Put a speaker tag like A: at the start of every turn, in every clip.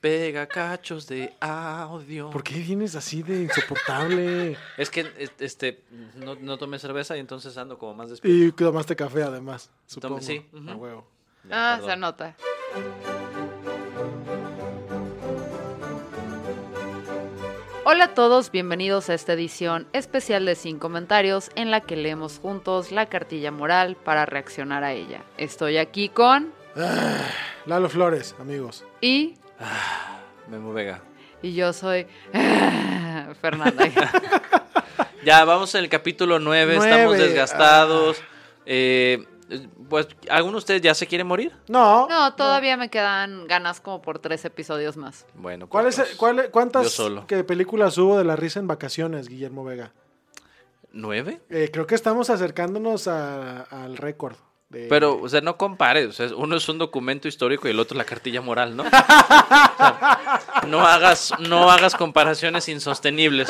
A: Pega cachos de audio.
B: ¿Por qué vienes así de insoportable?
A: Es que es- este no, no tomé cerveza y entonces ando como más despierto.
B: Y tomaste café además, supongo.
A: Tomé- sí,
B: A
A: ujú.
B: huevo.
A: Ya,
C: ah se
A: perdón.
C: nota. Hola a todos, bienvenidos a esta edición especial de Sin Comentarios en la que leemos juntos la cartilla moral para reaccionar a ella. Estoy aquí con
B: Lalo Flores, amigos.
C: y
A: Memo Vega.
C: y yo soy Fernanda.
A: Ya, vamos en el capítulo 9, estamos
B: Nueve, Ah.
A: desgastados. Eh, pues, ¿alguno de ustedes ya se quiere morir?
B: No.
C: No, todavía me quedan ganas como por tres episodios más.
A: Bueno,
B: ¿Cuál
A: pues,
B: es, el- cuál, ¿Cuántas
A: Yo solo.
B: que películas hubo de la risa en vacaciones, Guillermo Vega?
A: ¿Nueve?
B: Eh, creo que estamos acercándonos a- al récord. de-
A: Pero, o sea, no compares. o sea, uno es un documento histórico y el otro la cartilla moral, ¿no? O sea, no, hagas, no hagas comparaciones insostenibles.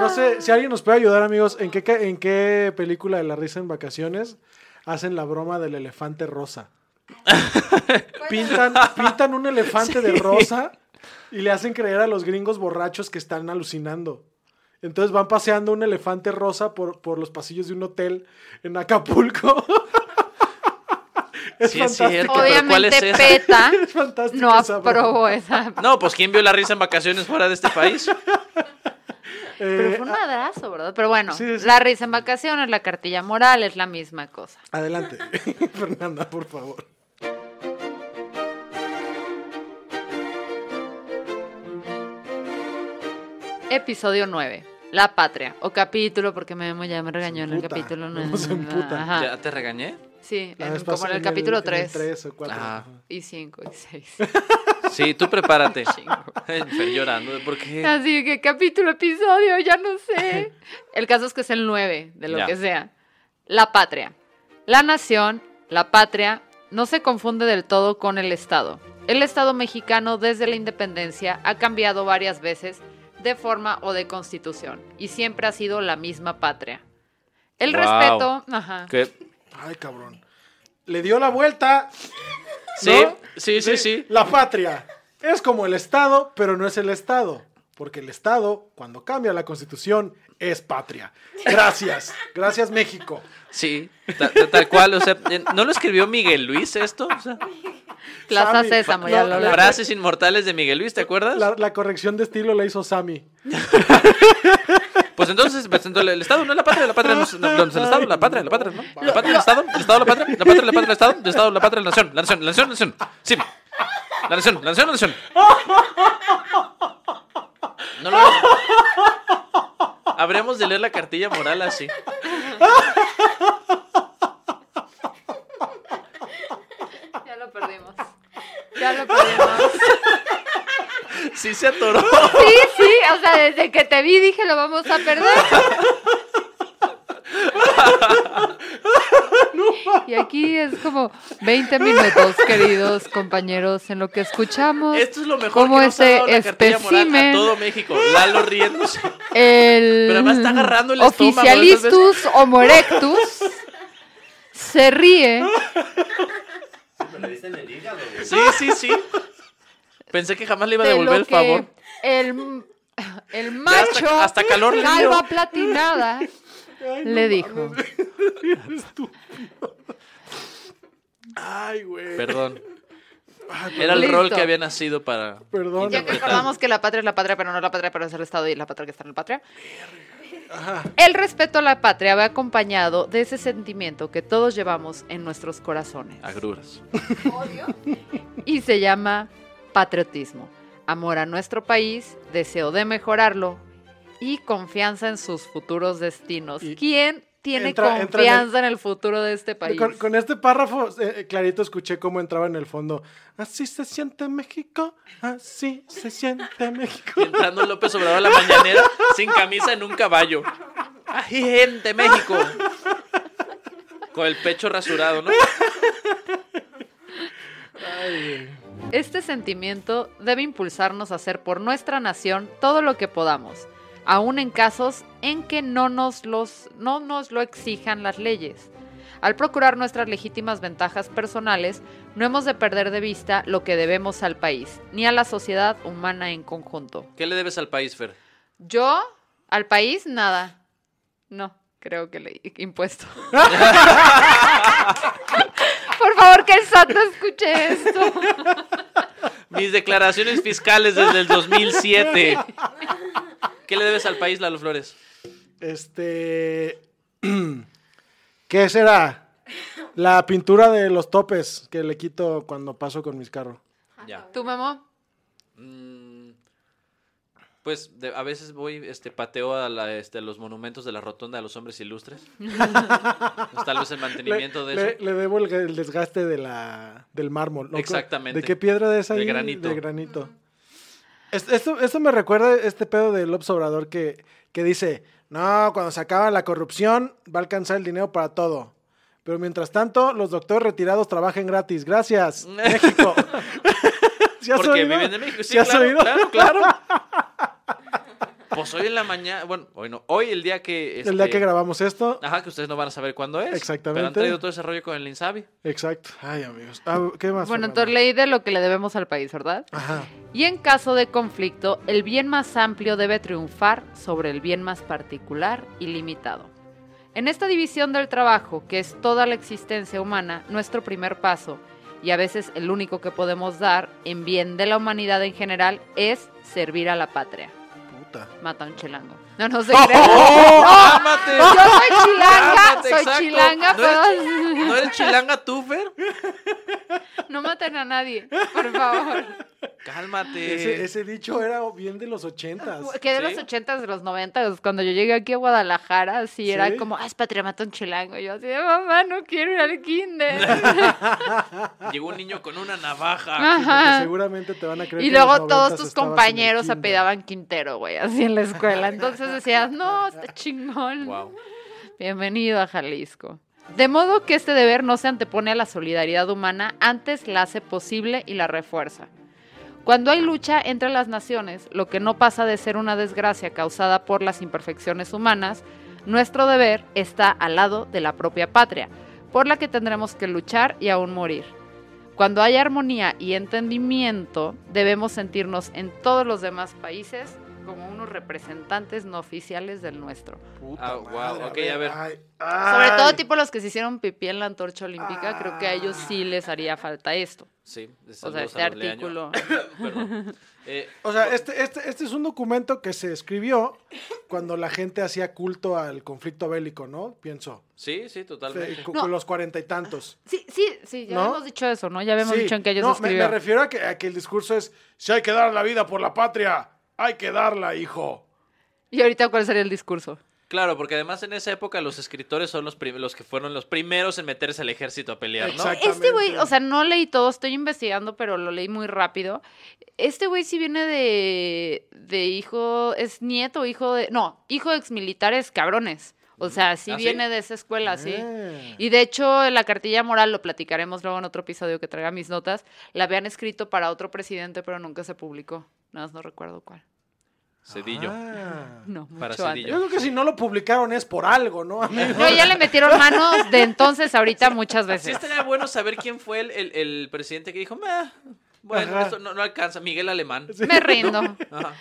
B: No sé si alguien nos puede ayudar, amigos, en qué, ca- en qué película de la risa en vacaciones hacen la broma del elefante rosa. pintan, pintan un elefante de rosa y le hacen creer a los gringos borrachos que están alucinando. Entonces van paseando un elefante rosa por, por los pasillos de un hotel en Acapulco.
A: Sí, es cierto. Pero ¿cuál es
C: Obviamente
A: esa?
C: PETA
B: Es fantástico
C: no
B: esa broma.
C: aprobó esa.
A: No, pues ¿quién vio la risa en vacaciones fuera de este país?
C: Pero
B: Eh,
C: fue un madrazo, ¿verdad? Pero bueno,
B: Sí, sí.
C: la risa en vacaciones, la cartilla moral es la misma cosa.
B: Adelante, Fernanda, por favor.
C: Episodio 9. La patria. O capítulo, porque Memo ya me regañó en el
B: emputa,
C: capítulo 9.
B: Memo se emputa.
C: Ajá.
A: ¿Ya te regañé?
C: Sí,
B: La
C: en-
B: vez
C: como
B: pasada,
C: en el capítulo
B: Ah, en el
C: 3.
B: tres o cuatro.
A: Ajá.
C: Y 5 y 6.
A: Sí, tú prepárate. Fer llorando, ¿por qué?
C: Así que capítulo, episodio, ya no sé. El caso es que es el 9, de lo
A: Ya.
C: que sea. La patria. La nación, la patria, no se confunde del todo con el Estado. El Estado mexicano desde la independencia ha cambiado varias veces de forma o de constitución y siempre ha sido la misma patria. El
A: Wow.
C: respeto, ajá.
A: ¿Qué?
B: Ay, cabrón. Le dio la vuelta.
A: Sí,
B: ¿No?
A: sí, sí, sí.
B: La patria es como el Estado, pero no es el Estado. Porque el Estado, cuando cambia la constitución, es patria. Gracias. Gracias, México.
A: Sí, ta- ta- tal cual. O sea, eh, ¿no lo escribió Miguel Luis esto? O sea,
C: Plaza
B: Sammy,
C: Sésamo,
B: no,
C: ya lo
B: la-
C: hablamos.
A: frases inmortales de Miguel Luis, ¿te acuerdas?
B: La, la corrección de estilo la hizo Sammy.
A: Pues entonces, pues, entonces, el Estado no es la patria, la patria no es, no, no es el Estado, la patria, la patria, ¿no? La patria, el Estado, el Estado, la patria, la patria, la patria, el Estado, el Estado, la patria, la nación, la nación, la nación, la nación, sí, la nación, la nación, la nación. No lo Habríamos de leer la cartilla moral así.
C: Ya lo perdimos. Ya lo perdimos.
A: Sí se atoró.
C: Sí, sí, o sea, desde que te vi dije lo vamos a perder. Y aquí es como 20 minutos, queridos compañeros, en lo que escuchamos.
A: Esto es lo mejor
C: Como
A: que nos ha
C: ese
A: dado la cartilla moral a
C: espécimen,
A: todo México. Lalo riéndose.
C: el
A: Pero además está agarrando el estómago,
C: oficialistus homo erectus se ríe.
A: Sí, sí, sí. Pensé que jamás le iba a
C: de
A: devolver
C: lo
A: el
C: que
A: favor.
C: El, el
A: Ya hasta-
C: macho
A: hasta calor le dio.
C: calva platinada le dijo.
B: Ay, güey.
A: Perdón. Era el
C: Listo.
A: rol que había nacido para.
B: Perdón.
C: Ya que acordamos que la patria es la patria, pero no la patria, pero es el Estado y la patria que está en la patria. El respeto a la patria va acompañado de ese sentimiento que todos llevamos en nuestros corazones
A: Agruras.
C: y se llama patriotismo. Amor a nuestro país, deseo de mejorarlo y confianza en sus futuros destinos.
B: Y
C: ¿Quién tiene
B: entra- entra en
C: confianza en el... futuro de este país?
B: Con, con este párrafo, eh, eh, clarito escuché cómo entraba en el fondo. Así se siente México, así se siente México.
A: Entrando López Obrador a la mañanera sin camisa en un caballo. ¡Ay, gente, México! Con el pecho rasurado, ¿no?
C: Este sentimiento debe impulsarnos a hacer por nuestra nación todo lo que podamos, aun en casos en que no nos, los, no nos lo exijan las leyes. Al procurar nuestras legítimas ventajas personales, no hemos de perder de vista lo que debemos al país, ni a la sociedad humana en conjunto.
A: ¿Qué le debes al país, Fer?
C: Yo, al país, nada. No, creo que le impuesto. Por favor, que el SAT no escuche esto.
A: Mis declaraciones fiscales desde el 2007. ¿Qué le debes al país, Lalo Flores?
B: Este. ¿Qué será? La pintura de los topes que le quito cuando paso con mis carros.
A: Ya.
C: ¿Tú, Memo?
A: Mm, Pues de- a veces voy, este, pateo a la, este, los monumentos de la rotonda de los hombres ilustres. Pues, tal vez el
B: Le,
A: mantenimiento de
B: le-
A: eso.
B: le debo el, el desgaste de la, del mármol. ¿no?
A: Exactamente.
B: ¿De qué piedra es
A: De
B: ahí?
A: granito.
B: De granito. Es- Esto, esto me recuerda este pedo de López Obrador que, que dice, no, cuando se acaba la corrupción va a alcanzar el dinero para todo. Pero mientras tanto, los doctores retirados trabajen gratis. Gracias, México. ¿Sí has
A: Porque
B: oído?
A: viven en México. Sí,
B: ¿Sí has
A: claro,
B: oído?
A: claro, claro. Pues hoy en la mañana, bueno, hoy no, hoy el día que...
B: El día
A: este,
B: que grabamos esto.
A: Ajá, que ustedes no van a saber cuándo es. Pero han
B: Exactamente.
A: traído todo ese rollo con el Insabi.
B: Exacto. Ay, amigos. Ah, ¿Qué más?
C: Bueno,
B: Fernanda?
C: entonces leí de lo que le debemos al país, ¿verdad?
B: Ajá.
C: Y en caso de conflicto, el bien más amplio debe triunfar sobre el bien más particular y limitado. En esta división del trabajo, que es toda la existencia humana, nuestro primer paso, y a veces el único que podemos dar en bien de la humanidad en general, es servir a la patria.
B: Puta.
C: Mata a un chilango. No, no sé.
B: ¡Oh!
A: oh,
C: Yo
B: ¡Ah!
C: soy chilanga,
A: Cálmate,
C: soy
A: exacto.
C: chilanga,
A: No eres-
C: pero
A: ¿No eres chilanga tú, Fer?
C: no maten a nadie, por favor.
A: Cálmate.
B: Ese, ese dicho era bien de los ochentas.
C: Ah, Que de
A: ¿Sí?
C: los ochentas, de los noventas, cuando yo llegué aquí a Guadalajara, así era
B: ¿Sí?
C: como, ah, es patriamato un chilango. Y yo así, de, mamá, no quiero ir al kinder.
A: Llegó un niño con una navaja.
B: Porque
C: Ajá.
B: seguramente te van a creer.
C: Y
B: que en los
C: luego todos
B: 90s
C: tus
B: estabas en el
C: compañeros
B: kinder.
C: apedaban Quintero, güey, así en la escuela. Entonces decías, no, está chingón.
A: Wow.
C: Bienvenido a Jalisco. De modo que este deber no se antepone a la solidaridad humana, antes la hace posible y la refuerza. Cuando hay lucha entre las naciones, lo que no pasa de ser una desgracia causada por las imperfecciones humanas, nuestro deber está al lado de la propia patria, por la que tendremos que luchar y aún morir. Cuando hay armonía y entendimiento, debemos sentirnos en todos los demás países como unos representantes no oficiales del nuestro.
B: Puta
A: Ah, wow,
B: madre,
A: ok, a ver.
B: ay,
C: Sobre
B: ay. Ah.
C: todo tipo los que se hicieron pipí en la antorcha olímpica, creo que a ellos sí les haría falta esto.
A: Sí,
C: O sea,
A: saludos
C: este
A: a los de año.
C: artículo.
A: Perdón. Eh,
B: O sea, este, este, este es un documento que se escribió cuando la gente hacía culto al conflicto bélico, ¿no? Pienso.
A: sí, sí,
B: Fe-
A: totalmente.
B: Con
C: No.
B: los cuarenta y tantos.
C: Sí, sí, sí, ya
B: ¿No?
C: habíamos dicho eso, ¿no? Ya habíamos
B: Sí,
C: dicho en que ellos
B: no, me-
C: escribió.
B: Me, refiero a que, a que el discurso es: si hay que dar la vida por la patria, hay que darla, hijo.
C: Y ahorita cuál sería el discurso.
A: Claro, porque además en esa época los escritores son los, prim- los que fueron los primeros en meterse al ejército a pelear, ¿no?
B: Exacto. Exactamente.
C: Este güey, o sea, no leí todo, estoy investigando, pero lo leí muy rápido. Este güey sí viene de, de hijo, es nieto, hijo de, no, hijo de exmilitares cabrones. O sea, sí
A: ¿Ah, sí?
C: viene de esa escuela, sí.
B: Ah.
C: Y de hecho, en la cartilla moral, lo platicaremos luego en otro episodio que traiga mis notas, la habían escrito para otro presidente, pero nunca se publicó. Nada más no recuerdo cuál.
A: Cedillo.
B: Ah.
C: No, mucho
A: Para
C: antes.
A: Cedillo.
B: Yo creo que si no lo publicaron es por algo, ¿no, amigo?
C: No, ya le metieron manos de entonces ahorita muchas
A: Sí
C: veces.
A: estaría bueno saber quién fue el, el- el presidente que dijo, "Meh, bueno,
B: Ajá.
A: esto no, no alcanza, Miguel Alemán.
C: Me rindo.
A: Ajá.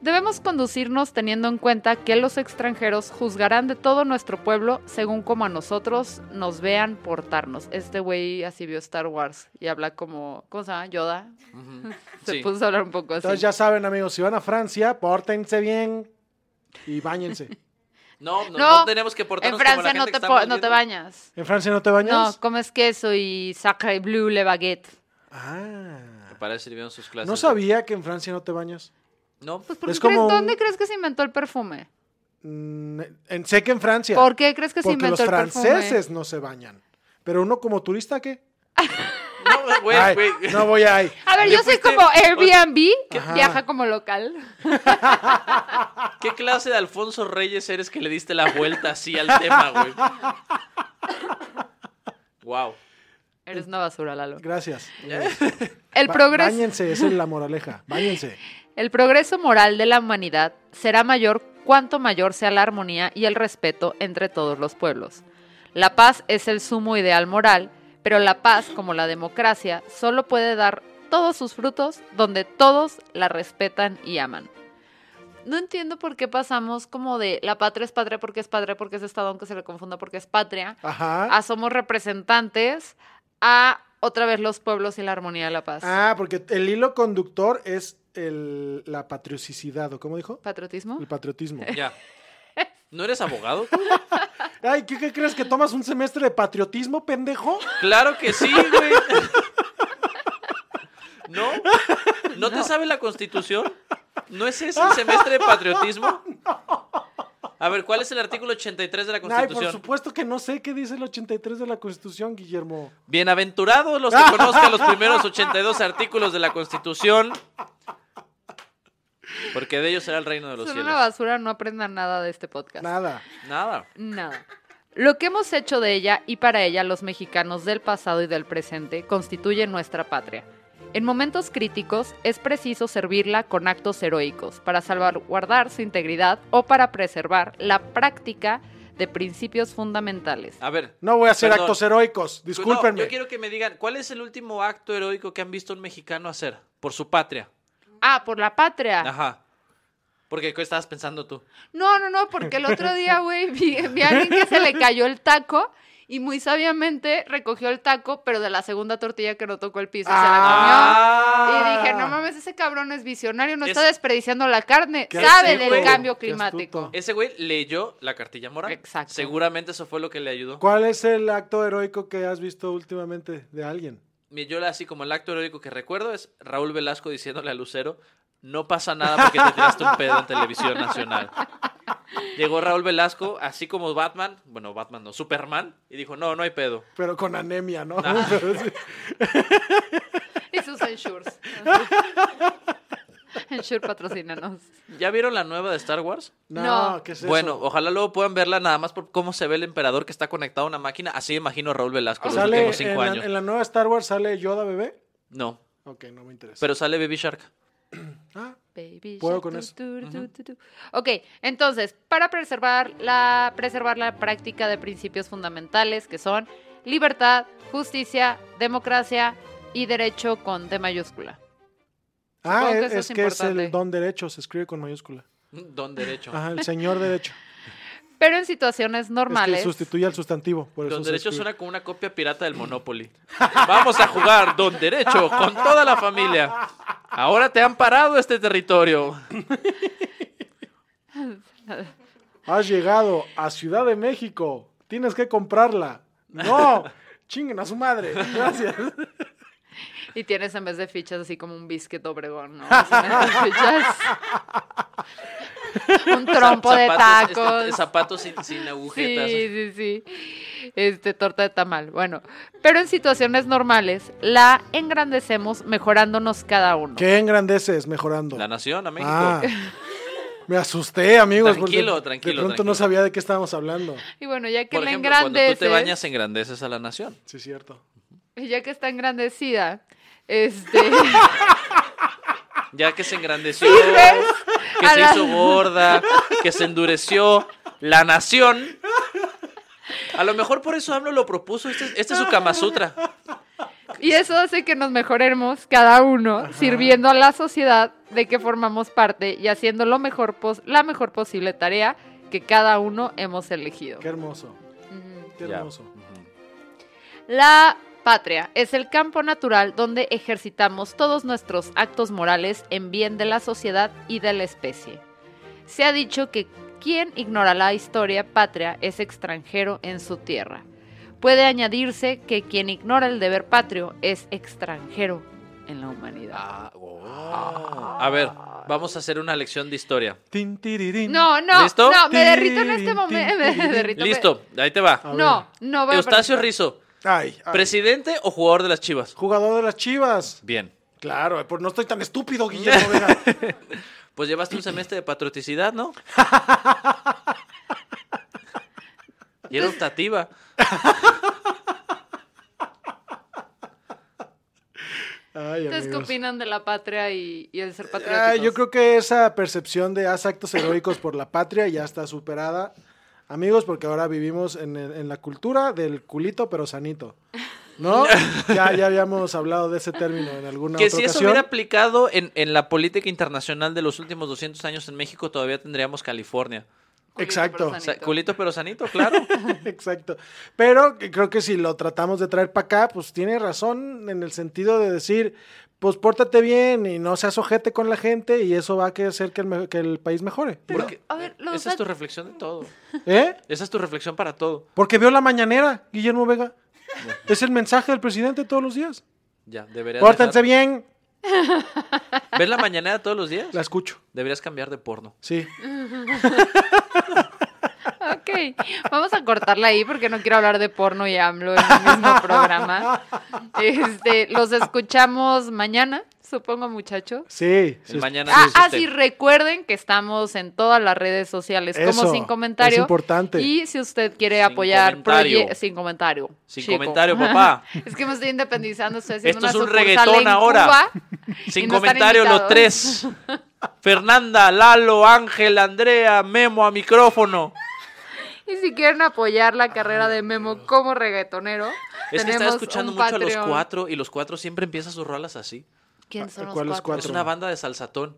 C: Debemos conducirnos teniendo en cuenta que los extranjeros juzgarán de todo nuestro pueblo según como a nosotros nos vean portarnos. Este güey así vio Star Wars y habla como, ¿cómo se llama? Yoda.
A: Ujú.
C: Se
A: Sí.
C: puso a hablar un poco así.
B: Entonces ya saben, amigos, si van a Francia, pórtense bien y bañense.
A: No, no,
C: No,
A: no tenemos que
C: en
A: portarnos como la
C: Francia
A: gente
C: no
A: que
C: te,
A: está
C: po- no
A: muriendo.
C: te bañas.
B: ¿En Francia no te bañas?
C: No, comes queso y sacre bleu le baguette.
B: Ah.
A: Para eso sirvieron sus clases.
B: No sabía que en Francia no te bañas.
A: No,
C: Pues, ¿por qué
B: Es como
C: crees-
B: un-
C: ¿Dónde crees que se inventó el perfume?
B: Mm, en- sé que en Francia.
C: ¿Por qué crees que se
B: porque
C: inventó
B: los
C: el perfume?
B: franceses no se bañan. Pero uno como turista, ¿qué?
A: No, güey,
B: Ay,
A: güey.
B: no voy ahí.
C: A ver,
A: ¿Le
C: yo soy
A: fuiste-
C: como Airbnb,
B: Ajá.
C: viaja como local.
A: ¿Qué clase de Alfonso Reyes eres que le diste la vuelta así al tema, güey? Wow.
C: Eres una basura, Lalo.
B: Gracias. Este,
C: El
B: Ba-
C: progreso,
B: Báñense, esa es la moraleja. Báñense.
C: el progreso moral de la humanidad será mayor cuanto mayor sea la armonía y el respeto entre todos los pueblos. La paz es el sumo ideal moral, pero la paz, como la democracia, solo puede dar todos sus frutos donde todos la respetan y aman. No entiendo por qué pasamos como de la patria es patria porque es patria, porque es Estado, aunque se le confunda porque es patria,
B: Ajá.
C: a somos representantes, a otra vez los pueblos y la armonía de la paz.
B: Ah, porque el hilo conductor es el, la patriocicidad, ¿o cómo dijo?
C: ¿Patriotismo?
B: El patriotismo.
A: Ya. ¿No eres abogado?
B: Ay, ¿qué, qué crees? ¿Que tomas un semestre de patriotismo, pendejo?
A: Claro que sí, güey. ¿No? ¿No te sabe la constitución? ¿No es ese el semestre de patriotismo? A ver, ¿cuál es el artículo 83 de la
B: Ay, por
A: constitución?
B: supuesto que no sé qué dice el 83 de la Constitución, Guillermo.
A: Bienaventurados los que conozcan los primeros 82 artículos de la Constitución. Porque de ellos será el reino de los
C: Son
A: cielos.
C: una basura, no aprendan nada de este podcast.
B: Nada.
A: Nada.
C: Nada. Lo que hemos hecho de ella y para ella los mexicanos del pasado y del presente constituye nuestra patria. En momentos críticos es preciso servirla con actos heroicos para salvaguardar su integridad o para preservar la práctica de principios fundamentales.
A: A ver.
B: No voy a hacer
A: Perdón.
B: actos heroicos,
A: Pues no,
B: discúlpenme.
A: yo quiero que me digan, ¿cuál es el último acto heroico que han visto un mexicano hacer por su patria?
C: Ah, por la patria.
A: Ajá. Porque ¿qué estabas pensando tú?
C: No, no, no, porque el otro día, güey, vi, vi a alguien que se le cayó el taco y muy sabiamente recogió el taco, pero de la segunda tortilla que no tocó el piso
B: Ah.
C: se la comió. Ah. Y dije, no mames, ese cabrón es visionario, no está
A: Es-
C: desperdiciando la carne,
B: Qué
C: sabe
A: astuto,
C: del cambio
B: qué
C: climático.
B: astuto.
A: Ese güey leyó la cartilla moral.
C: Exacto.
A: Seguramente eso fue lo que le ayudó.
B: ¿Cuál es el acto heroico que has visto últimamente de alguien?
A: Mi- Yo así como el acto heroico que recuerdo es Raúl Velasco diciéndole a Lucero, no pasa nada porque te tiraste un pedo en televisión nacional. Llegó Raúl Velasco, así como Batman, bueno, Batman no, Superman, y dijo, no, no hay pedo.
B: Pero con anemia, ¿no?
A: Ah.
B: Pero sí.
C: Y sus ensures. Ensure, patrocínanos.
A: ¿Ya vieron la nueva de Star Wars?
B: No,
C: No.
B: ¿qué es eso?
A: Bueno, ojalá luego puedan verla nada más por cómo se ve el emperador que está conectado a una máquina. Así imagino a Raúl Velasco los
B: ¿Sale
A: últimos
B: en,
A: cinco
B: la,
A: años.
B: en la nueva Star Wars sale Yoda bebé?
A: No,
B: Ok, no me interesa.
A: pero sale Baby Shark.
B: Ah,
C: Baby
B: Puedo
C: shark,
B: con
C: tu,
B: eso.
C: tu, tu, tu, tu. Ok, entonces, para preservar la, preservar la práctica de principios fundamentales que son libertad, justicia, democracia y derecho con D mayúscula.
B: Ah,
C: Supongo
B: es,
C: que eso
B: es
C: es
B: que es
C: importante.
B: el don derecho, se escribe con mayúscula.
A: Don derecho.
B: Ajá, el señor derecho.
C: Pero en situaciones normales.
B: Es que sustituye al sustantivo. Por eso
A: Don
B: se
A: Derecho
B: escribe.
A: suena como una copia pirata del Monopoly. Vamos a jugar Don Derecho con toda la familia. Ahora te han parado este territorio.
B: Has llegado a Ciudad de México. Tienes que comprarla. No, chinguen a su madre. Gracias.
C: Y tienes en vez de fichas así como un biscuit obregón, ¿no? O sea, unas fichas- un trompo de
A: Zapatos, este,
C: tacos.
A: zapatos sin, sin agujetas.
C: Sí, sí, sí. Este, torta de tamal. Bueno, pero en situaciones normales la engrandecemos mejorándonos cada uno.
B: ¿Qué engrandeces mejorando?
A: La nación a México.
B: Ah, me asusté, amigos. porque
A: Tranquilo,
B: de-
A: tranquilo,
B: De pronto
A: tranquilo.
B: no sabía de qué estábamos hablando.
C: Y bueno, ya que
A: Por
C: la
A: ejemplo, cuando tú
C: engrandeces,
A: te bañas, engrandeces a la nación.
B: Sí, cierto.
C: ya que está engrandecida, este,
A: Ya que se engrandeció, que
C: a
A: se
C: la-
A: hizo gorda, que se endureció, la nación. A lo mejor por eso AMLO lo propuso. Este, es- este es su Kama Sutra.
C: y eso hace que nos mejoremos cada uno, sirviendo a la sociedad de que formamos parte y haciendo lo mejor pos- la mejor posible tarea que cada uno hemos elegido.
B: Qué hermoso.
C: Ujú.
B: Qué
A: Ya.
B: hermoso.
A: Ujú.
C: La patria es el campo natural donde ejercitamos todos nuestros actos morales en bien de la sociedad y de la especie. Se ha dicho que quien ignora la historia patria es extranjero en su tierra. Puede añadirse que quien ignora el deber patrio es extranjero en la humanidad.
A: Ah, oh. A ver, vamos a hacer una lección de historia.
B: Tin, tirirín.
C: No, no,
A: ¿Listo?
C: no, me derrito en este
B: Tin, tin,
C: momento.
B: tin, tin.
A: Listo, ahí te va.
B: A
C: No, no voy a
A: Eustacio Rizo,
B: Ay,
C: Ah.
B: ay.
A: ¿Presidente o jugador de las Chivas?
B: Jugador de las Chivas.
A: Bien.
B: Claro, pues no estoy tan estúpido, Guillermo Vega.
A: Pues llevaste un semestre de patrioticidad, ¿no? y era optativa.
B: Ay,
C: ¿Ustedes qué
B: amigos.
C: opinan de la patria y, y el ser patrióticos?
B: Ay, Ah, yo creo que esa percepción de haz actos heroicos por la patria ya está superada, amigos, porque ahora vivimos en, el- en la cultura del culito pero sanito. ¿No? ya, ya habíamos hablado de ese término en alguna
A: Que
B: otra
A: si eso
B: ocasión.
A: hubiera aplicado en, en la política internacional de los últimos 200 años en México, todavía tendríamos California.
C: Culito
B: Exacto.
A: O
C: pero
A: sea,
C: sanito.
A: culito pero sanito, claro.
B: Exacto. Pero que- creo que si lo tratamos de traer para acá, pues tiene razón en el sentido de decir, pues pórtate bien y no seas ojete con la gente y eso va a hacer que el, me- que el país mejore.
A: Porque
C: a ver, lo-
A: esa
C: o sea-
A: es tu reflexión de todo.
B: ¿Eh?
A: Esa es tu reflexión para todo.
B: Porque veo la mañanera, Guillermo Vega. Es el mensaje del presidente todos los días.
A: Ya, deberías.
B: Pórtense
A: dejar-
B: bien.
A: ¿Ves la mañanera todos los días?
B: La escucho.
A: Deberías cambiar de porno.
B: Sí.
C: Ok, vamos a cortarla ahí porque no quiero hablar de porno y AMLO en el mismo programa. Este, los escuchamos mañana, supongo, muchachos.
B: Sí.
A: El
B: sí.
A: mañana este,
C: Ah,
A: no
C: ah,
A: existe.
C: sí, recuerden que estamos en todas las redes sociales
B: Eso,
C: como sin comentario.
B: es importante.
C: Y si usted quiere
A: Sin
C: apoyar
A: comentario.
C: proye- sin comentario.
A: Sin
C: chico.
A: comentario, papá.
C: es que me estoy independizando, estoy haciendo
A: Esto es
C: una
A: un
C: sucursal
A: reggaetón
C: en
A: ahora.
C: Cuba y
A: Sin
C: no están
A: comentario los
C: invitados.
A: tres. Fernanda, Lalo, Ángel, Andrea, Memo a micrófono.
C: Y si quieren apoyar la carrera de Memo como reggaetonero,
A: Es que estaba
C: tenemos
A: escuchando
C: un
A: mucho a los
C: Patreon.
A: cuatro y los cuatro siempre empiezan sus rolas así.
C: ¿Quién son los
B: ¿Cuál los
C: cuatro?
B: cuatro?
A: Es una banda de salsatón.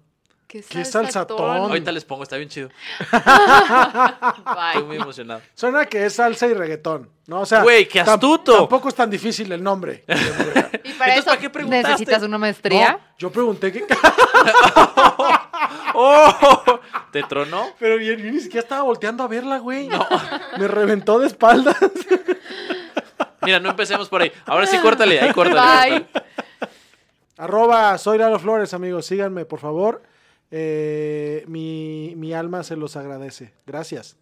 C: ¿Qué,
B: ¿Qué salsatón?
C: salsatón?
A: Ahorita les pongo, está bien chido.
C: Bye.
A: Estoy muy emocionado.
B: Suena que es salsa y reggaetón. No, o sea.
A: Güey, qué
B: tam-
A: astuto.
B: Tampoco es tan difícil el nombre.
C: Y para
A: Entonces,
C: eso
A: ¿para qué preguntaste?
C: necesitas una maestría.
B: No, yo pregunté que.
A: ¡Oh! ¿Te tronó?
B: Pero yo, yo ni siquiera estaba volteando a verla, güey. Me reventó de espaldas.
A: Mira, no empecemos por ahí. Ahora sí, córtale. Ahí, córtale.
C: Bye.
A: córtale.
B: Arroba, soy Lalo Flores, amigos. Síganme, por favor. Eh, mi, mi alma se los agradece. Gracias.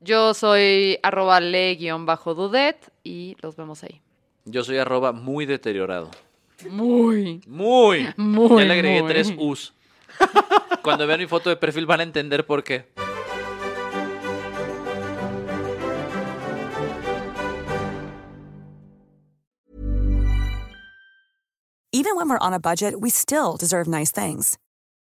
C: Yo soy arroba le-dudet y los vemos ahí.
A: Yo soy arroba muy deteriorado.
C: Muy.
A: Muy.
C: Muy,
A: Ya le agregué
C: muy.
A: tres U's. Cuando vean mi foto de perfil van a entender por qué.
D: Even when we're on a budget, we still deserve nice things.